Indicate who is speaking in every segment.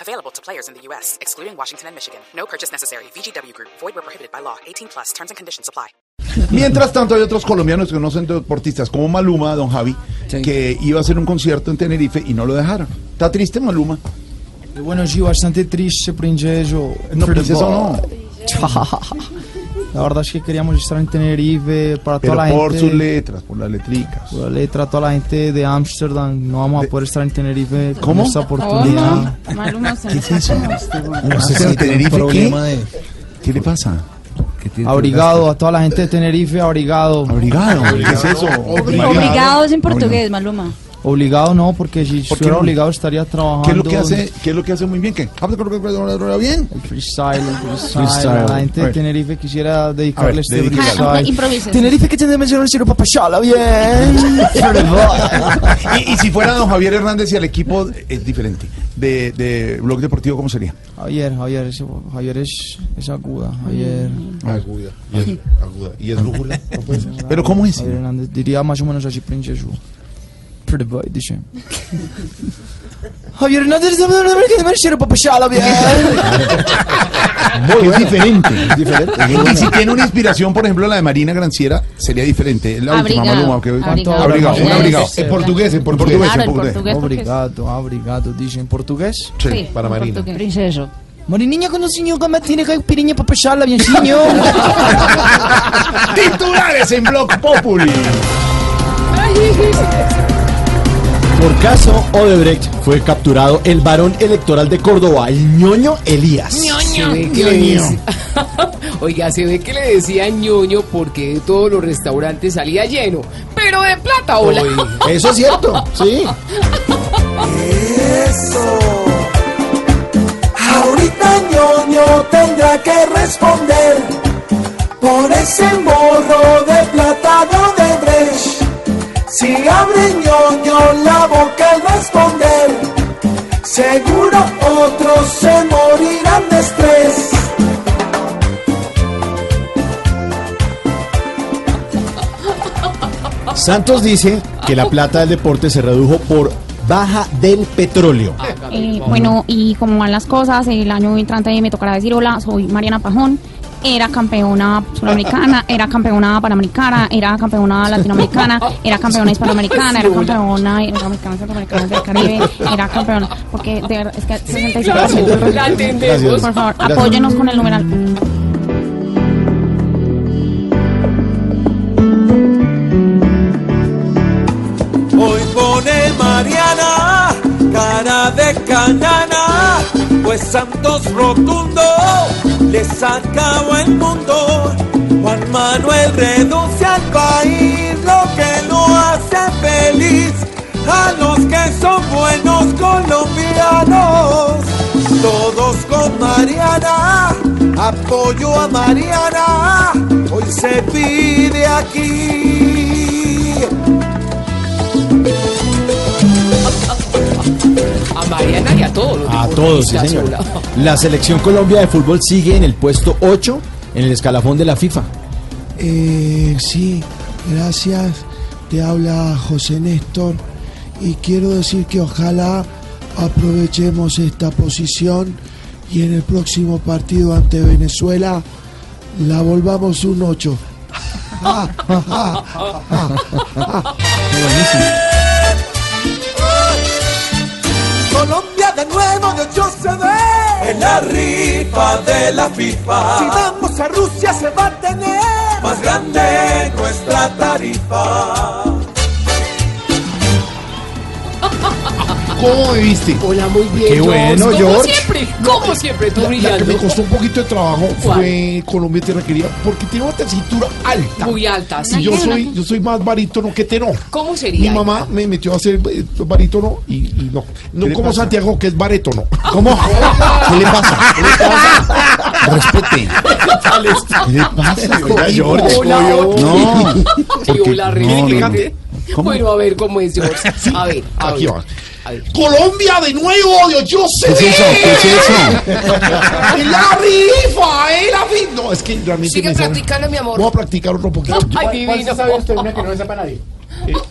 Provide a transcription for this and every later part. Speaker 1: Available to players in the U.S., excluding Washington and Michigan. No purchase necessary. VGW Group, void were prohibited by law. 18 plus terms and conditions apply.
Speaker 2: Mientras tanto, hay otros colombianos que no son deportistas, como Maluma, don Javi, que iba a hacer un concierto en Tenerife y no lo dejaron. ¿Está triste Maluma?
Speaker 3: Bueno, sí, bastante triste, princeso.
Speaker 2: No, princeso no.
Speaker 3: La verdad es que queríamos estar en Tenerife para
Speaker 2: Pero
Speaker 3: toda la
Speaker 2: por sus
Speaker 3: gente.
Speaker 2: letras, por las letricas.
Speaker 3: Por la letra a toda la gente de Ámsterdam. No vamos a poder estar en Tenerife con
Speaker 2: ¿Cómo?
Speaker 3: esta
Speaker 4: Hola,
Speaker 3: oportunidad.
Speaker 4: Maluma, se nos está como-
Speaker 2: No sé si tiene un problema de- Ah, ¿Qué le pasa?
Speaker 3: Abrigado a toda la gente de Tenerife, abrigado.
Speaker 2: Abrigado. ¿Qué es eso?
Speaker 4: Obligados en portugués, Maluma.
Speaker 3: Obligado no, porque si
Speaker 2: ¿Por qué
Speaker 3: fuera
Speaker 2: no?
Speaker 3: obligado estaría trabajando.
Speaker 2: ¿Qué es lo que hace? ¿Qué es lo que hace muy bien? ¿Qué? ¿Habla bien?
Speaker 3: El freestyle, el freestyle.
Speaker 2: Freestyle.
Speaker 3: A la gente
Speaker 2: A
Speaker 3: de
Speaker 2: ver.
Speaker 3: Tenerife quisiera dedicarle este
Speaker 2: dedíquele algo.
Speaker 4: Ah,
Speaker 3: freestyle.
Speaker 4: improvisa.
Speaker 3: Tenerife que tiene mencionado el cielo papachala, bien.
Speaker 2: Y, y si fuera don Javier Hernández y el equipo es diferente de, de Blog Deportivo, ¿cómo sería?
Speaker 3: Javier, Javier, ese- Javier es, es aguda. Javier,
Speaker 5: Aguda. Y es, aguda. Y es brújula. No puede ser.
Speaker 2: ¿Pero cómo es?
Speaker 3: Javier Hernández. Diría más o menos así, princeso. Pretty boy, dice. Javier Hernández, dame una vez que me hicieron papachala, bien.
Speaker 2: Porque es diferente. Y si tiene una inspiración, por ejemplo, la de Marina Granciera, sería diferente. Es la última
Speaker 4: Abrigado,
Speaker 2: Maluma. que-
Speaker 4: abrigado.
Speaker 2: Abrigado, un
Speaker 3: Abrigado.
Speaker 2: abrigado.
Speaker 5: En portugués, en
Speaker 2: Por
Speaker 5: portugués.
Speaker 4: Claro,
Speaker 2: en
Speaker 4: el portugués. porque es-
Speaker 3: Obrigado, obrigado, dice en portugués.
Speaker 2: Sí.
Speaker 4: sí,
Speaker 5: para
Speaker 4: en
Speaker 5: Marina.
Speaker 4: portugués. Princeso.
Speaker 3: Marininha, con un señor que me tiene que piriña papachala, bien, señor.
Speaker 2: Titulares en Blog Populi.
Speaker 6: Por caso Odebrecht fue capturado el varón electoral de Córdoba, el ñoño Elías.
Speaker 7: Se ve que le dice- Oiga, se ve que le decía ñoño porque de todos los restaurantes salía lleno, pero de plata, hola.
Speaker 6: Eso es cierto, sí.
Speaker 8: Ahorita ñoño tendrá que responder por ese morro de plátano de Brecht. Si abre ñoño la boca al responder, seguro otros se morirán de estrés.
Speaker 6: Santos dice que la plata del deporte se redujo por baja del petróleo.
Speaker 9: Eh, bueno, y como van las cosas, el año entrante me tocará decir hola, soy Mariana Pajón, era campeona suramericana, era campeona panamericana, era campeona latinoamericana, era campeona hispanoamericana, era campeona americana, centroamericana, del Caribe, era campeona, porque de verdad, es que
Speaker 7: Claro,
Speaker 9: 65% del
Speaker 7: la
Speaker 9: resultado.
Speaker 7: entendemos.
Speaker 9: Por favor,
Speaker 6: Gracias.
Speaker 9: apóyenos con el numeral.
Speaker 8: Hoy pone Mariana cara de canana, pues Santos Rotundo le sacaba el mundo. Juan Manuel reduce al país lo que lo hace feliz a los que son buenos colombianos. Todos con Mariana, apoyo a Mariana, hoy se pide aquí.
Speaker 7: A Mariana y a todos. los
Speaker 6: A
Speaker 7: deportistas,
Speaker 6: todos, sí señor.
Speaker 7: hola.
Speaker 6: La selección Colombia de fútbol sigue en el puesto 8 en el escalafón de la FIFA.
Speaker 5: Eh, sí, gracias. Te habla José Néstor. Y quiero decir que ojalá aprovechemos esta posición y en el próximo partido ante Venezuela la volvamos un 8.
Speaker 8: Colombia de nuevo de ocho se ve en la rifa de la FIFA. Si vamos a Rusia se va a tener más grande nuestra tarifa.
Speaker 2: ¿Cómo viviste?
Speaker 7: Hola, muy bien.
Speaker 2: Qué bueno,
Speaker 7: Como
Speaker 2: George.
Speaker 7: siempre, como siempre, tú
Speaker 6: La, la que
Speaker 7: brillando.
Speaker 6: me costó un poquito de trabajo
Speaker 7: ¿Cuál?
Speaker 6: fue Colombia Tierra Querida porque tiene una tesitura alta.
Speaker 7: Muy alta, sí.
Speaker 6: Y yo
Speaker 7: Una que-
Speaker 6: soy, yo soy más barítono que tenor.
Speaker 7: ¿Cómo
Speaker 6: Mi
Speaker 7: sería?
Speaker 6: mamá me metió a ser eh, barítono y, y no. No
Speaker 2: le
Speaker 6: como
Speaker 2: pasa?
Speaker 6: Santiago, que es barítono.
Speaker 2: ¿Cómo? ¿Qué le pasa? ¿Qué le pasa? Respete. ¿Qué le pasa? Oiga, George.
Speaker 7: Hola, hola.
Speaker 2: No.
Speaker 7: Sí,
Speaker 2: porque-
Speaker 7: hola,
Speaker 2: no, no,
Speaker 7: Rey.
Speaker 2: no. ¿Cómo?
Speaker 7: Bueno, a ver, ¿cómo es George? A ver, a
Speaker 6: Aquí
Speaker 7: ver.
Speaker 6: va.
Speaker 7: A ver.
Speaker 6: Colombia de nuevo, Dios, yo sé.
Speaker 2: ¿Qué es eso? ¿Qué es eso?
Speaker 6: ¡Es la rifa! ¡Es la rifa! No, es que realmente.
Speaker 7: Sigue
Speaker 6: me sale-
Speaker 7: practicando, mi amor.
Speaker 6: Voy a practicar otro poquito.
Speaker 7: Ay, divino.
Speaker 6: Eh,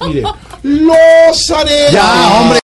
Speaker 6: mire. Los arenas.
Speaker 2: Ya, hombre.